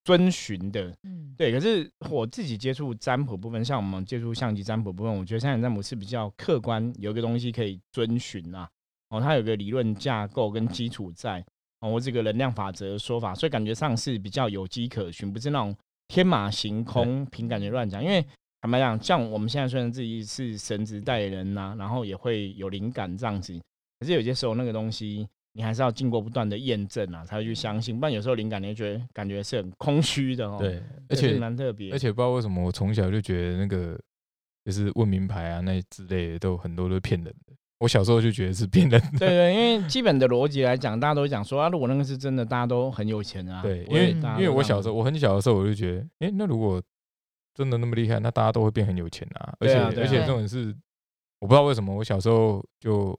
[SPEAKER 1] 遵循的。
[SPEAKER 2] 嗯
[SPEAKER 1] 对，可是我自己接触占卜部分，像我们接触象棋占卜部分，我觉得象棋占卜是比较客观，有一个东西可以遵循啊。哦，它有个理论架构跟基础在哦，我这个能量法则的说法，所以感觉上是比较有迹可循，不是那种天马行空、凭感觉乱讲。因为坦白讲，像我们现在虽然自己是神职代言人呐、然后也会有灵感这样子，可是有些时候那个东西你还是要经过不断的验证啊，才会去相信，不然有时候灵感你会觉得感觉是很空虚的哦。
[SPEAKER 3] 对，
[SPEAKER 1] 这
[SPEAKER 3] 而
[SPEAKER 1] 是
[SPEAKER 3] 且
[SPEAKER 1] 蛮特别，
[SPEAKER 3] 而且不知道为什么，我从小就觉得那个就是问名牌啊那之类的，都很多都是骗人的。我小时候就觉得是骗人的，
[SPEAKER 1] 对对，因为基本的逻辑来讲，大家都会讲说啊，如果那个是真的，大家都很有钱啊。
[SPEAKER 3] 对，
[SPEAKER 1] 不会
[SPEAKER 3] 因为
[SPEAKER 1] 大家
[SPEAKER 3] 因
[SPEAKER 1] 都
[SPEAKER 3] 为我
[SPEAKER 1] 这样
[SPEAKER 3] 小时候我很小的时候我就觉得，哎，那如果真的那么厉害，那大家都会变很有钱啊。而
[SPEAKER 1] 对
[SPEAKER 3] 且
[SPEAKER 1] 啊对
[SPEAKER 3] 而
[SPEAKER 1] 啊
[SPEAKER 3] 且这种是我不知道为什么，我小时候就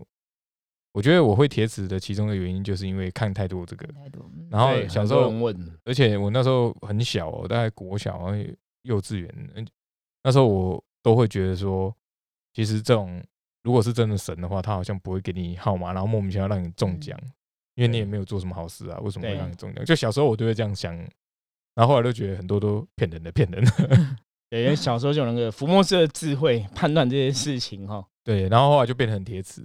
[SPEAKER 3] 我觉得我会铁齿的其中的原因，就是因为看太多这个。
[SPEAKER 2] 态度。嗯
[SPEAKER 3] 然后
[SPEAKER 1] 对
[SPEAKER 3] 小
[SPEAKER 1] 很
[SPEAKER 3] 时
[SPEAKER 1] 多
[SPEAKER 3] 候
[SPEAKER 1] 人 问，
[SPEAKER 3] 而且我那时候很小、哦，大概国小、然后幼稚园，嗯那时候我都会觉得说，其实这种如果是真的神的话，他好像不会给你号码，然后莫名其妙让你中奖，因为你也没有做什么好事啊，为什么
[SPEAKER 1] 嗯
[SPEAKER 3] 会
[SPEAKER 1] 对
[SPEAKER 3] 让你中奖？就小时候我都会这样想，然后后来都觉得很多都骗人的，骗人的。
[SPEAKER 1] 对，因为小时候就有那个福摩斯的智慧判断这些事情哈。
[SPEAKER 3] 对，然后后来就变得很铁齿。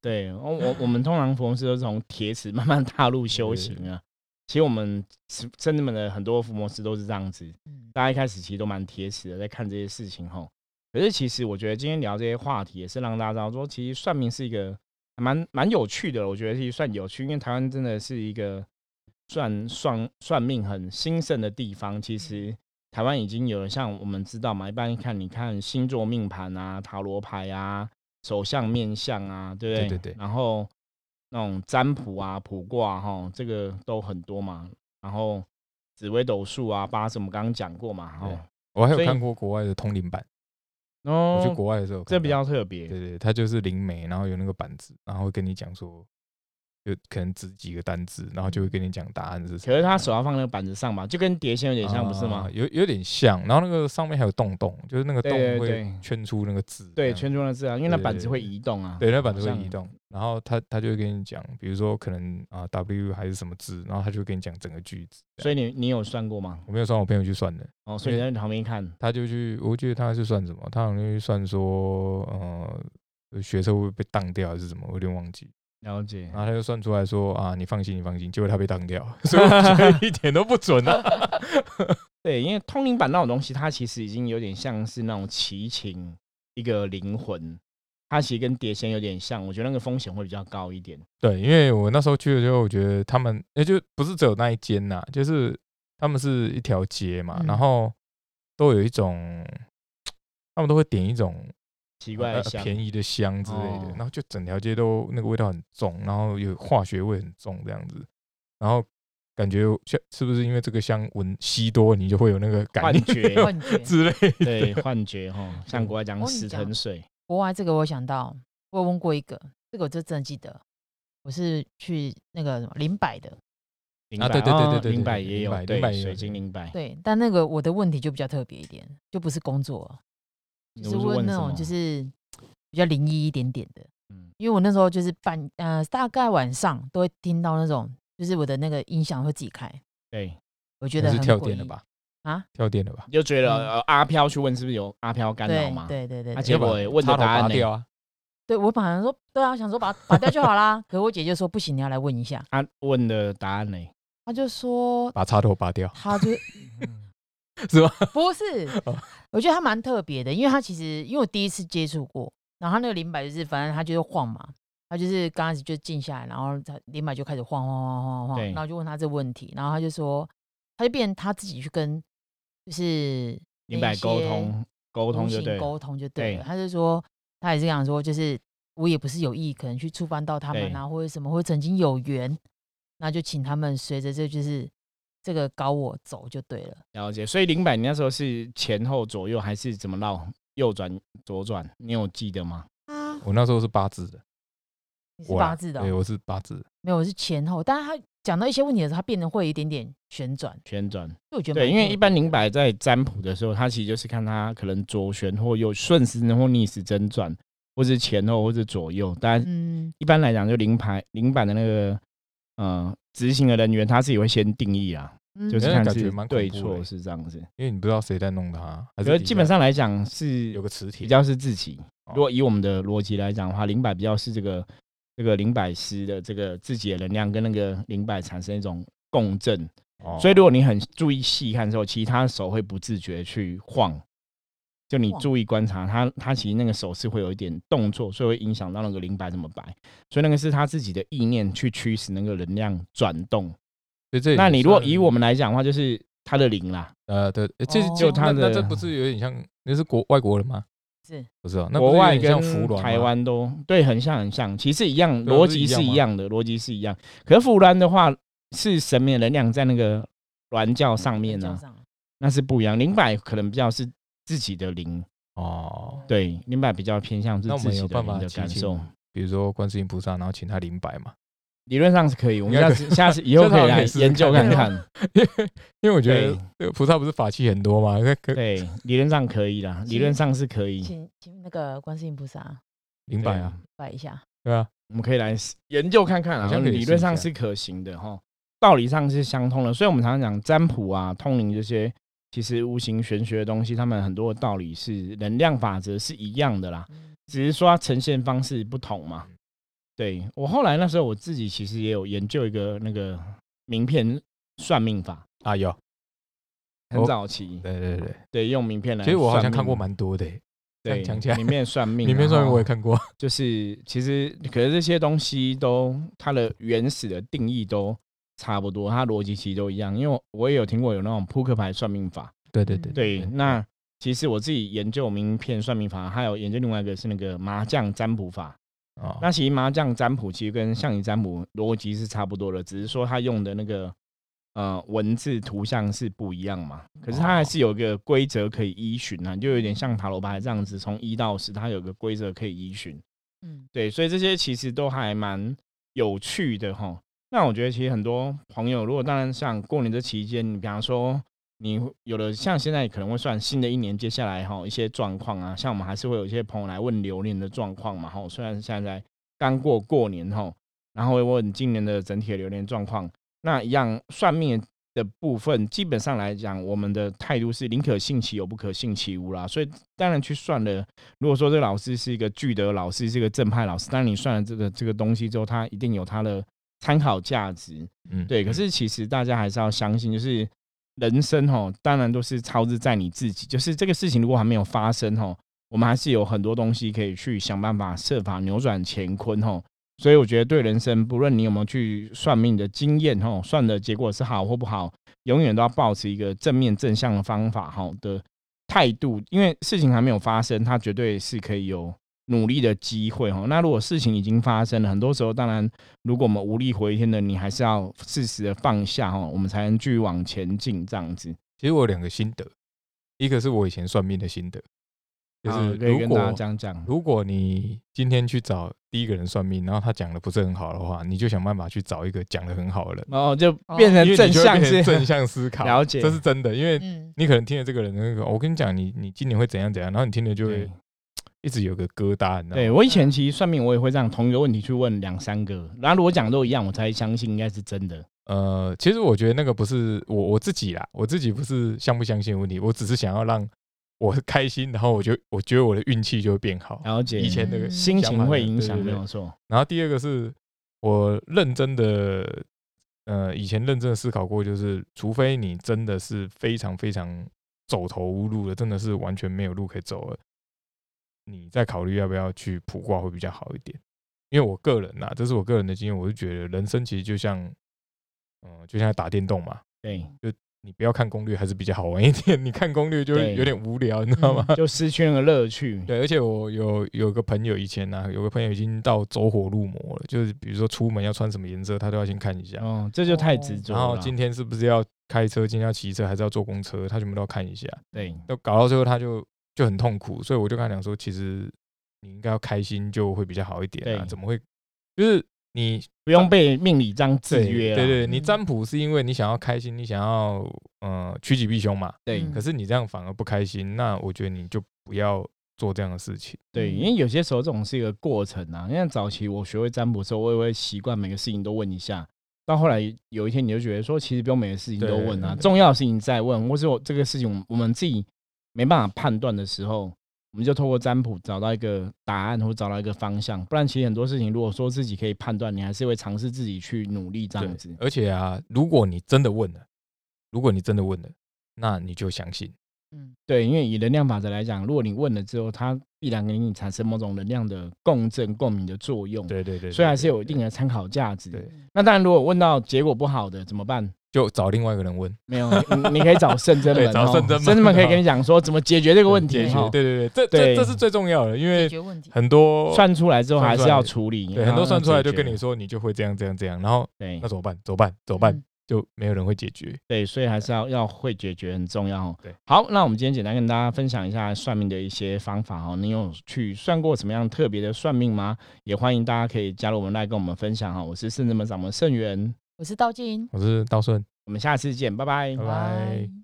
[SPEAKER 1] 对，我我我们通常福摩斯都是从铁齿慢慢踏入修行啊。其实我们甚至们的很多福摩斯都是这样子，
[SPEAKER 2] 嗯
[SPEAKER 1] 大家一开始其实都蛮铁齿的，在看这些事情吼。可是其实我觉得今天聊这些话题，也是让大家知道说，其实算命是一个还蛮蛮有趣的，我觉得其实算有趣，因为台湾真的是一个算算算命很兴盛的地方。
[SPEAKER 3] 嗯
[SPEAKER 1] 其实台湾已经有了像我们知道嘛，一般看你看星座命盘啊、塔罗牌啊、手相面相啊，对不对？
[SPEAKER 3] 对对对
[SPEAKER 1] 然后那种占卜啊、卜卦哈，这个都很多嘛。然后紫微斗数啊、八字，我们刚刚讲过嘛，
[SPEAKER 3] 对
[SPEAKER 1] 哦，
[SPEAKER 3] 我还有
[SPEAKER 1] 所以
[SPEAKER 3] 看过国外的通灵版，我去
[SPEAKER 1] 哦，
[SPEAKER 3] 国外的时候有看
[SPEAKER 1] 这比
[SPEAKER 3] 到
[SPEAKER 1] 较特别，
[SPEAKER 3] 对对，它就是灵媒，然后有那个板子，然后会跟你讲说，就可能指几个单字，然后就会跟你讲答案是什么。
[SPEAKER 1] 可是他手要放在板子上吧，就跟碟仙有点像，不是吗
[SPEAKER 3] 啊？有有点像，然后那个上面还有洞洞，就是那个
[SPEAKER 1] 对
[SPEAKER 3] 洞
[SPEAKER 1] 对
[SPEAKER 3] 会
[SPEAKER 1] 对
[SPEAKER 3] 圈出那个字这
[SPEAKER 1] 对，
[SPEAKER 3] 样子，
[SPEAKER 1] 圈出了字啊，因为那
[SPEAKER 3] 对
[SPEAKER 1] 板子
[SPEAKER 3] 对
[SPEAKER 1] 会移动啊。
[SPEAKER 3] 对，那板子
[SPEAKER 1] 好
[SPEAKER 3] 会
[SPEAKER 1] 像
[SPEAKER 3] 移。动，然后他他就会跟你讲，比如说可能啊 W 还是什么字，然后他就会跟你讲整个句子。
[SPEAKER 1] 所以你你有算过吗？
[SPEAKER 3] 我没有算，我朋友去算的，
[SPEAKER 1] 哦，所以你在旁边看。
[SPEAKER 3] 他就去，我记得他是算什么，他好像去算说，呃，学车会不会被当掉还是什么，我有点忘记。
[SPEAKER 1] 了解
[SPEAKER 3] 然。后他就算出来说啊，你放心，你放心，结果他被当掉，所以我觉得一点都不准啊。
[SPEAKER 1] 对，因为通灵板那种东西，它其实已经有点像是那种奇情，一个灵魂，它其实跟碟仙有点像，我觉得那个风险会比较高一点。
[SPEAKER 3] 对，因为我那时候去的时候，我觉得他们也就不是只有那一间呐、就是他们是一条街嘛，
[SPEAKER 2] 嗯
[SPEAKER 3] 然后都有一种，他们都会点一种
[SPEAKER 1] 奇怪
[SPEAKER 3] 呃
[SPEAKER 1] 的想，
[SPEAKER 3] 便宜的香之类的，
[SPEAKER 1] 哦
[SPEAKER 3] 然后就整条街都那个味道很重，然后有化学味很重这样子，然后感觉像是不是因为这个香闻吸多，你就会有那个感
[SPEAKER 1] 幻
[SPEAKER 3] 应
[SPEAKER 1] 觉
[SPEAKER 2] 幻觉。
[SPEAKER 3] 之类的？
[SPEAKER 1] 对，幻觉哈，像国外讲
[SPEAKER 2] 哦你
[SPEAKER 1] 死
[SPEAKER 2] 讲
[SPEAKER 1] 藤水，
[SPEAKER 2] 国外这个我想到，我有问过一个，这个我就真的记得，我是去那个什么灵摆的，
[SPEAKER 1] 灵
[SPEAKER 3] 啊
[SPEAKER 1] 摆
[SPEAKER 3] 对对对
[SPEAKER 1] 哦
[SPEAKER 3] 对对
[SPEAKER 1] 灵
[SPEAKER 3] 对
[SPEAKER 1] 摆
[SPEAKER 3] 对
[SPEAKER 1] 也
[SPEAKER 3] 灵
[SPEAKER 1] 有
[SPEAKER 3] 摆，灵
[SPEAKER 1] 对
[SPEAKER 3] 摆也有
[SPEAKER 1] 水晶灵摆，
[SPEAKER 2] 对，但那个我的问题就比较特别一点，就不是工作，
[SPEAKER 1] 你
[SPEAKER 2] 就是
[SPEAKER 1] 不
[SPEAKER 2] 问
[SPEAKER 1] 什
[SPEAKER 2] 那种
[SPEAKER 1] 么
[SPEAKER 2] 就是比较灵异一点点的，
[SPEAKER 1] 嗯
[SPEAKER 2] 因为我那时候就是半呃大概晚上都会听到那种，就是我的那个音响会自己开，
[SPEAKER 1] 对，
[SPEAKER 2] 我觉
[SPEAKER 3] 还
[SPEAKER 2] 得
[SPEAKER 3] 是
[SPEAKER 2] 很
[SPEAKER 3] 跳
[SPEAKER 2] 诡
[SPEAKER 3] 电了
[SPEAKER 2] 异？
[SPEAKER 3] 吧？
[SPEAKER 2] 啊，
[SPEAKER 3] 跳电了吧？
[SPEAKER 1] 你就觉得
[SPEAKER 2] 嗯
[SPEAKER 1] 呃阿飘去问是不是有阿飘干扰
[SPEAKER 2] 对
[SPEAKER 1] 嘛？
[SPEAKER 2] 对对对
[SPEAKER 1] 啊
[SPEAKER 2] 对，
[SPEAKER 1] 结果欸问
[SPEAKER 3] 插
[SPEAKER 1] 的
[SPEAKER 3] 头
[SPEAKER 1] 答案
[SPEAKER 3] 拔
[SPEAKER 1] 呢
[SPEAKER 3] 掉啊，
[SPEAKER 2] 对我本来说对啊，想说把它拔掉就好啦， 可我姐就说不行，你要来问一下，
[SPEAKER 1] 啊，问的答案呢？
[SPEAKER 2] 她就说
[SPEAKER 3] 把插头拔掉。
[SPEAKER 2] 她就不是
[SPEAKER 3] 哦，
[SPEAKER 2] 我觉得它蛮特别的，因为它其实因为我第一次接触过，然后它那个灵摆就是反正它就是晃嘛，它就是刚开始就静下来，然后它灵摆就开始晃晃晃晃晃，
[SPEAKER 1] 对
[SPEAKER 2] 然后就问他这问题，然后他就说，他就变成他自己去跟就是
[SPEAKER 1] 明白
[SPEAKER 2] 那
[SPEAKER 1] 沟
[SPEAKER 2] 些
[SPEAKER 1] 通沟通
[SPEAKER 2] 无
[SPEAKER 1] 就
[SPEAKER 2] 形
[SPEAKER 1] 对了，
[SPEAKER 2] 沟通就对
[SPEAKER 1] 对
[SPEAKER 2] 了，他就说他也是这样说，就是我也不是有意可能去触犯到他们啊，或者什么，或者曾经有缘，那就请他们随着这就是这个高我走就对了。
[SPEAKER 1] 了解。所以零百你那时候是前后左右还是怎么绕？右转左转，你有记得吗？
[SPEAKER 2] 啊，
[SPEAKER 3] 我那时候是八字的，
[SPEAKER 2] 你是
[SPEAKER 3] 我啦啊
[SPEAKER 2] 八字的哦、
[SPEAKER 1] 哎
[SPEAKER 3] 对，我是八字的。
[SPEAKER 2] 没有，我是前后，但是他讲到一些问题的时候，他变得会有一点点旋转，
[SPEAKER 1] 旋转
[SPEAKER 2] 所以我觉得
[SPEAKER 1] 对，
[SPEAKER 2] 蛮
[SPEAKER 1] 因为
[SPEAKER 2] 特
[SPEAKER 1] 一般
[SPEAKER 2] 别
[SPEAKER 1] 零
[SPEAKER 2] 的
[SPEAKER 1] 百在占卜的时候，它其实就是看它可能左旋或右顺时针或逆时针转，或是前后或是左右。当然，
[SPEAKER 2] 嗯
[SPEAKER 1] 一般来讲就零牌零版的那个呃执行的人员他自己会先定义啊，
[SPEAKER 2] 嗯
[SPEAKER 1] 就是
[SPEAKER 3] 那
[SPEAKER 1] 看
[SPEAKER 3] 感觉
[SPEAKER 1] 是
[SPEAKER 3] 蛮恐
[SPEAKER 1] 对
[SPEAKER 3] 怖
[SPEAKER 1] 错
[SPEAKER 3] 的欸
[SPEAKER 1] 是这样子。
[SPEAKER 3] 因为你不知道谁在弄它，
[SPEAKER 1] 我
[SPEAKER 3] 还是
[SPEAKER 1] 觉得
[SPEAKER 3] 底
[SPEAKER 1] 基
[SPEAKER 3] 下
[SPEAKER 1] 本上来讲是
[SPEAKER 3] 有个磁铁
[SPEAKER 1] 比较是自己。
[SPEAKER 3] 哦
[SPEAKER 1] 如果以我们的逻辑来讲的话，灵摆比较是这个这个灵摆师的这个自己的能量跟那个灵摆产生一种共振，
[SPEAKER 3] 哦
[SPEAKER 1] 所以如果你很注意细看之后，其实他的手会不自觉去晃。就你
[SPEAKER 2] 晃
[SPEAKER 1] 注意观察他，他其实那个手是会有一点动作，所以会影响到那个灵摆怎么摆，所以那个是他自己的意念去驱使那个能量转动。
[SPEAKER 3] 所以这也
[SPEAKER 1] 那你如果以
[SPEAKER 3] 算
[SPEAKER 1] 我们来讲的话，就是他的灵啦，
[SPEAKER 3] 呃对，诶这
[SPEAKER 2] 哦
[SPEAKER 3] 这
[SPEAKER 2] 就
[SPEAKER 1] 他
[SPEAKER 3] 那那
[SPEAKER 1] 的
[SPEAKER 3] 这不是有点像那是国外国人吗？
[SPEAKER 2] 是，
[SPEAKER 3] 不是哦，那不
[SPEAKER 1] 国
[SPEAKER 3] 是有
[SPEAKER 1] 外
[SPEAKER 3] 点像
[SPEAKER 1] 跟
[SPEAKER 3] 服软
[SPEAKER 1] 台
[SPEAKER 3] 吗
[SPEAKER 1] 湾都对，很像很像，其实一样，
[SPEAKER 3] 对啊
[SPEAKER 1] 逻
[SPEAKER 3] 是
[SPEAKER 1] 辑
[SPEAKER 3] 一样
[SPEAKER 1] 是一
[SPEAKER 3] 吗
[SPEAKER 1] 样的，逻辑是一样。可是富兰的话是神明的能量在那个鸾嗯教上面啊
[SPEAKER 2] 加
[SPEAKER 1] 呢、
[SPEAKER 2] 上了
[SPEAKER 1] 那是不一样。灵摆可能比较是自己的灵，
[SPEAKER 3] 哦，
[SPEAKER 1] 对，灵摆比较偏向是
[SPEAKER 3] 那我
[SPEAKER 1] 自
[SPEAKER 3] 们
[SPEAKER 1] 己
[SPEAKER 3] 有
[SPEAKER 1] 的
[SPEAKER 3] 办
[SPEAKER 1] 灵
[SPEAKER 3] 法
[SPEAKER 1] 的
[SPEAKER 3] 祈
[SPEAKER 1] 感
[SPEAKER 3] 请
[SPEAKER 1] 受。
[SPEAKER 3] 比如说观世音菩萨，然后请他灵摆嘛，
[SPEAKER 1] 理论上是可以，我们
[SPEAKER 3] 应
[SPEAKER 1] 下
[SPEAKER 3] 该
[SPEAKER 1] 次下次以后
[SPEAKER 3] 下次
[SPEAKER 1] 可以
[SPEAKER 3] 好像可
[SPEAKER 1] 来
[SPEAKER 3] 以试试
[SPEAKER 1] 研究看
[SPEAKER 3] 看
[SPEAKER 1] 看。
[SPEAKER 3] 因为我觉
[SPEAKER 1] 对
[SPEAKER 3] 得这个菩萨不是法器很多嘛，那可
[SPEAKER 1] 对，理论上可以啦，理论上是可以。
[SPEAKER 2] 请请那个观世音菩萨
[SPEAKER 3] 灵
[SPEAKER 1] 对
[SPEAKER 3] 摆啊，，
[SPEAKER 2] 拜一下。
[SPEAKER 3] 对啊，
[SPEAKER 1] 我们可以来试研究看看啊，
[SPEAKER 3] 好像可以
[SPEAKER 1] 理论上
[SPEAKER 3] 试
[SPEAKER 1] 是可行的哈，道理上是相通的。所以我们常常讲占卜啊、通灵这些，其实无形玄学的东西，他们很多的道理是能量法则是一样的啦，
[SPEAKER 2] 嗯
[SPEAKER 1] 只是说它呈现方式不同嘛。对我后来那时候我自己其实也有研究一个那个名片算命法，
[SPEAKER 3] 啊有，
[SPEAKER 1] 很
[SPEAKER 3] 哦
[SPEAKER 1] 早期，
[SPEAKER 3] 对对对，
[SPEAKER 1] 对，用名片来
[SPEAKER 3] 其
[SPEAKER 1] 算命。
[SPEAKER 3] 实我好像看过蛮多的欸，
[SPEAKER 1] 对
[SPEAKER 3] 讲起来
[SPEAKER 1] 名片算 命，啊哦
[SPEAKER 3] 里面
[SPEAKER 1] 然
[SPEAKER 3] 上面
[SPEAKER 1] 后
[SPEAKER 3] 我也 看过，
[SPEAKER 1] 就是其实可是这些东西都它的原始的定义都差不多，它逻辑其实都一样。因为我也有听过有那种扑克牌算命法，
[SPEAKER 3] 对对对
[SPEAKER 1] 嗯对，那其实我自己研究名片算命法，还有研究另外一个是那个麻将占卜法。
[SPEAKER 3] 哦
[SPEAKER 1] 那其实麻将占卜其实跟象棋占卜逻辑是差不多的，只是说它用的那个呃文字图像是不一样嘛。可是它还是有一个规则可以依循啊，就有点像塔罗牌这样子，从一到十，它有个规则可以依循。
[SPEAKER 2] 嗯，
[SPEAKER 1] 对，所以这些其实都还蛮有趣的哈。那我觉得其实很多朋友，如果当然像过年这期间，你比方说你有的像现在可能会算新的一年接下来哈一些状况啊，像我们还是会有一些朋友来问流年的状况嘛哈。虽然现在刚过过年哈，然后会问今年的整体的流年状况，那一样算命的。的部分基本上来讲，我们的态度是宁可信其有，不可信其无啦。所以当然去算了如果说这个老师是一个具德老师，是一个正派老师，当你算了这个这个东西之后，他一定有他的参考价值。
[SPEAKER 3] 嗯
[SPEAKER 1] 对，可是其实大家还是要相信，就是人生哦，当然都是超之在你自己。就是这个事情如果还没有发生哦，我们还是有很多东西可以去想办法设法扭转乾坤哦。所以我觉得对人生，不论你有没有去算命的经验哦，算的结果是好或不好，永远都要保持一个正面正向的方法哈的态度，因为事情还没有发生，它绝对是可以有努力的机会哈。那如果事情已经发生了，很多时候当然，如果我们无力回天的，你还是要适时的放下哈，我们才能继续往前进这样子。
[SPEAKER 3] 其实我有两个心得，一个是我以前算命的心得，就
[SPEAKER 1] 好
[SPEAKER 3] 是
[SPEAKER 1] 可以
[SPEAKER 3] 如
[SPEAKER 1] 跟大家
[SPEAKER 3] 果
[SPEAKER 1] 讲讲，
[SPEAKER 3] 如果你今天去找第一个人算命，然后他讲的不是很好的话，你就想办法去找一个讲的很好的人，
[SPEAKER 1] 然哦后就嗯变
[SPEAKER 3] 哦因
[SPEAKER 1] 成正
[SPEAKER 3] 为你就会
[SPEAKER 1] 向
[SPEAKER 3] 变
[SPEAKER 1] 是
[SPEAKER 3] 成 正向思考，
[SPEAKER 1] 了解
[SPEAKER 3] 这是真的，因为
[SPEAKER 2] 嗯，
[SPEAKER 3] 你可能听了这个人那个，我跟你讲，你你今年会怎样怎样，然嗯后你听了就
[SPEAKER 1] 对
[SPEAKER 3] 会一直有个疙瘩，你知道
[SPEAKER 1] 对
[SPEAKER 3] 吗？
[SPEAKER 1] 我以前其实算命，我也会这样同一个问题去问两三个，然后如果讲都一样，我才相信应该是真的。
[SPEAKER 3] 呃，其实我觉得那个不是我我自己啦，我自己不是相不相信的问题，我只是想要让我开心，然后我就我觉得我的运气就会变好。
[SPEAKER 1] 了解，
[SPEAKER 3] 以前那个
[SPEAKER 2] 嗯
[SPEAKER 1] 心
[SPEAKER 3] 想
[SPEAKER 1] 情
[SPEAKER 3] 法
[SPEAKER 1] 会
[SPEAKER 3] 的
[SPEAKER 1] 影
[SPEAKER 3] 对
[SPEAKER 1] 响，
[SPEAKER 3] 对
[SPEAKER 1] 没
[SPEAKER 3] 对
[SPEAKER 1] 有错。
[SPEAKER 3] 然后第二个是我认真的，呃，以前认真的思考过，就是除非你真的是非常非常走投无路了，真的是完全没有路可以走了，你再考虑要不要去卜卦会比较好一点。因为我个人呐、这是我个人的经验，我就觉得人生其实就像，嗯、就像打电动嘛，
[SPEAKER 1] 对，
[SPEAKER 3] 你不要看攻略还是比较好玩一点，你看攻略就会
[SPEAKER 1] 对
[SPEAKER 3] 有点无聊，你知道
[SPEAKER 2] 嗯
[SPEAKER 3] 吗？
[SPEAKER 1] 就失去那个乐趣。
[SPEAKER 3] 对，而且我有有个朋友以前呢、啊，有个朋友已经到走火入魔了，就是比如说出门要穿什么颜色，他都要先看一下。
[SPEAKER 1] 哦，这就太执着
[SPEAKER 3] 嗯然后
[SPEAKER 1] 了。
[SPEAKER 3] 今天是不是要开车，今天要骑车，还是要坐公车，他全部都要看一下。
[SPEAKER 1] 对，
[SPEAKER 3] 都搞到最后，他就就很痛苦，所以我就跟他讲说，其实你应该要开心，就会比较好一点啊。
[SPEAKER 1] 对
[SPEAKER 3] 怎么会？就是你
[SPEAKER 1] 不用被命理这样制约啊
[SPEAKER 3] 对
[SPEAKER 1] 了。
[SPEAKER 3] 对，你
[SPEAKER 2] 嗯
[SPEAKER 3] 占卜是因为你想要开心，你想要呃趋吉避凶嘛。
[SPEAKER 1] 对
[SPEAKER 3] 可是你这样反而不开心，那我觉得你就不要做这样的事情。
[SPEAKER 1] 对，因为有些时候这种是一个过程啊。因为早期我学会占卜的时候，我也会习惯每个事情都问一下，到后来有一天你就觉得说，其实不用每个事情都问啊，
[SPEAKER 3] 对
[SPEAKER 1] 重要的事情再问，或是我这个事情我们我们自己没办法判断的时候，我们就透过占卜找到一个答案或找到一个方向。不然其实很多事情，如果说自己可以判断，你还是会尝试自己去努力这样子
[SPEAKER 3] 对。而且啊，如果你真的问了，如果你真的问了，那你就相信。
[SPEAKER 2] 嗯，
[SPEAKER 1] 对，因为以能量法则来讲，如果你问了之后，它必然给你产生某种能量的共振、共鸣的作用，
[SPEAKER 3] 对对对，
[SPEAKER 1] 所以还
[SPEAKER 3] 对
[SPEAKER 1] 嗯是有一定的参考价值。
[SPEAKER 3] 对，
[SPEAKER 1] 那当然，如果问到结果不好的怎么办？
[SPEAKER 3] 就找另外一个人问
[SPEAKER 1] 没有，你你可以找圣真门、哦，
[SPEAKER 3] 对找圣真门
[SPEAKER 1] 圣真门可以跟你讲说怎么解决这个问题
[SPEAKER 3] 解决
[SPEAKER 1] 哦。
[SPEAKER 3] 对对对，这
[SPEAKER 1] 对
[SPEAKER 3] 这这是最重要的，因
[SPEAKER 2] 解
[SPEAKER 3] 为
[SPEAKER 2] 决问题。
[SPEAKER 3] 很多
[SPEAKER 1] 算出来之后还是要
[SPEAKER 3] 算出
[SPEAKER 1] 处理，
[SPEAKER 3] 对
[SPEAKER 1] 然后
[SPEAKER 3] 很多
[SPEAKER 1] 要
[SPEAKER 3] 算出来
[SPEAKER 1] 解
[SPEAKER 3] 就
[SPEAKER 1] 决
[SPEAKER 3] 跟你说你就会这样这样这样，然后
[SPEAKER 1] 对嗯
[SPEAKER 3] 那怎么办？怎么办？怎么办？
[SPEAKER 2] 嗯
[SPEAKER 3] 就没有人会解决。
[SPEAKER 1] 对，所以还是要要会解决很重要哦。
[SPEAKER 3] 对，
[SPEAKER 1] 好，那我们今天简单跟大家分享一下算命的一些方法哦。你有去算过什么样特别的算命吗？也欢迎大家可以加入我们来跟我们分享哈、哦我是圣真门掌门圣元，
[SPEAKER 2] 我是道静，
[SPEAKER 3] 我是道顺，
[SPEAKER 1] 嗯我们下次见，拜拜
[SPEAKER 3] 拜拜。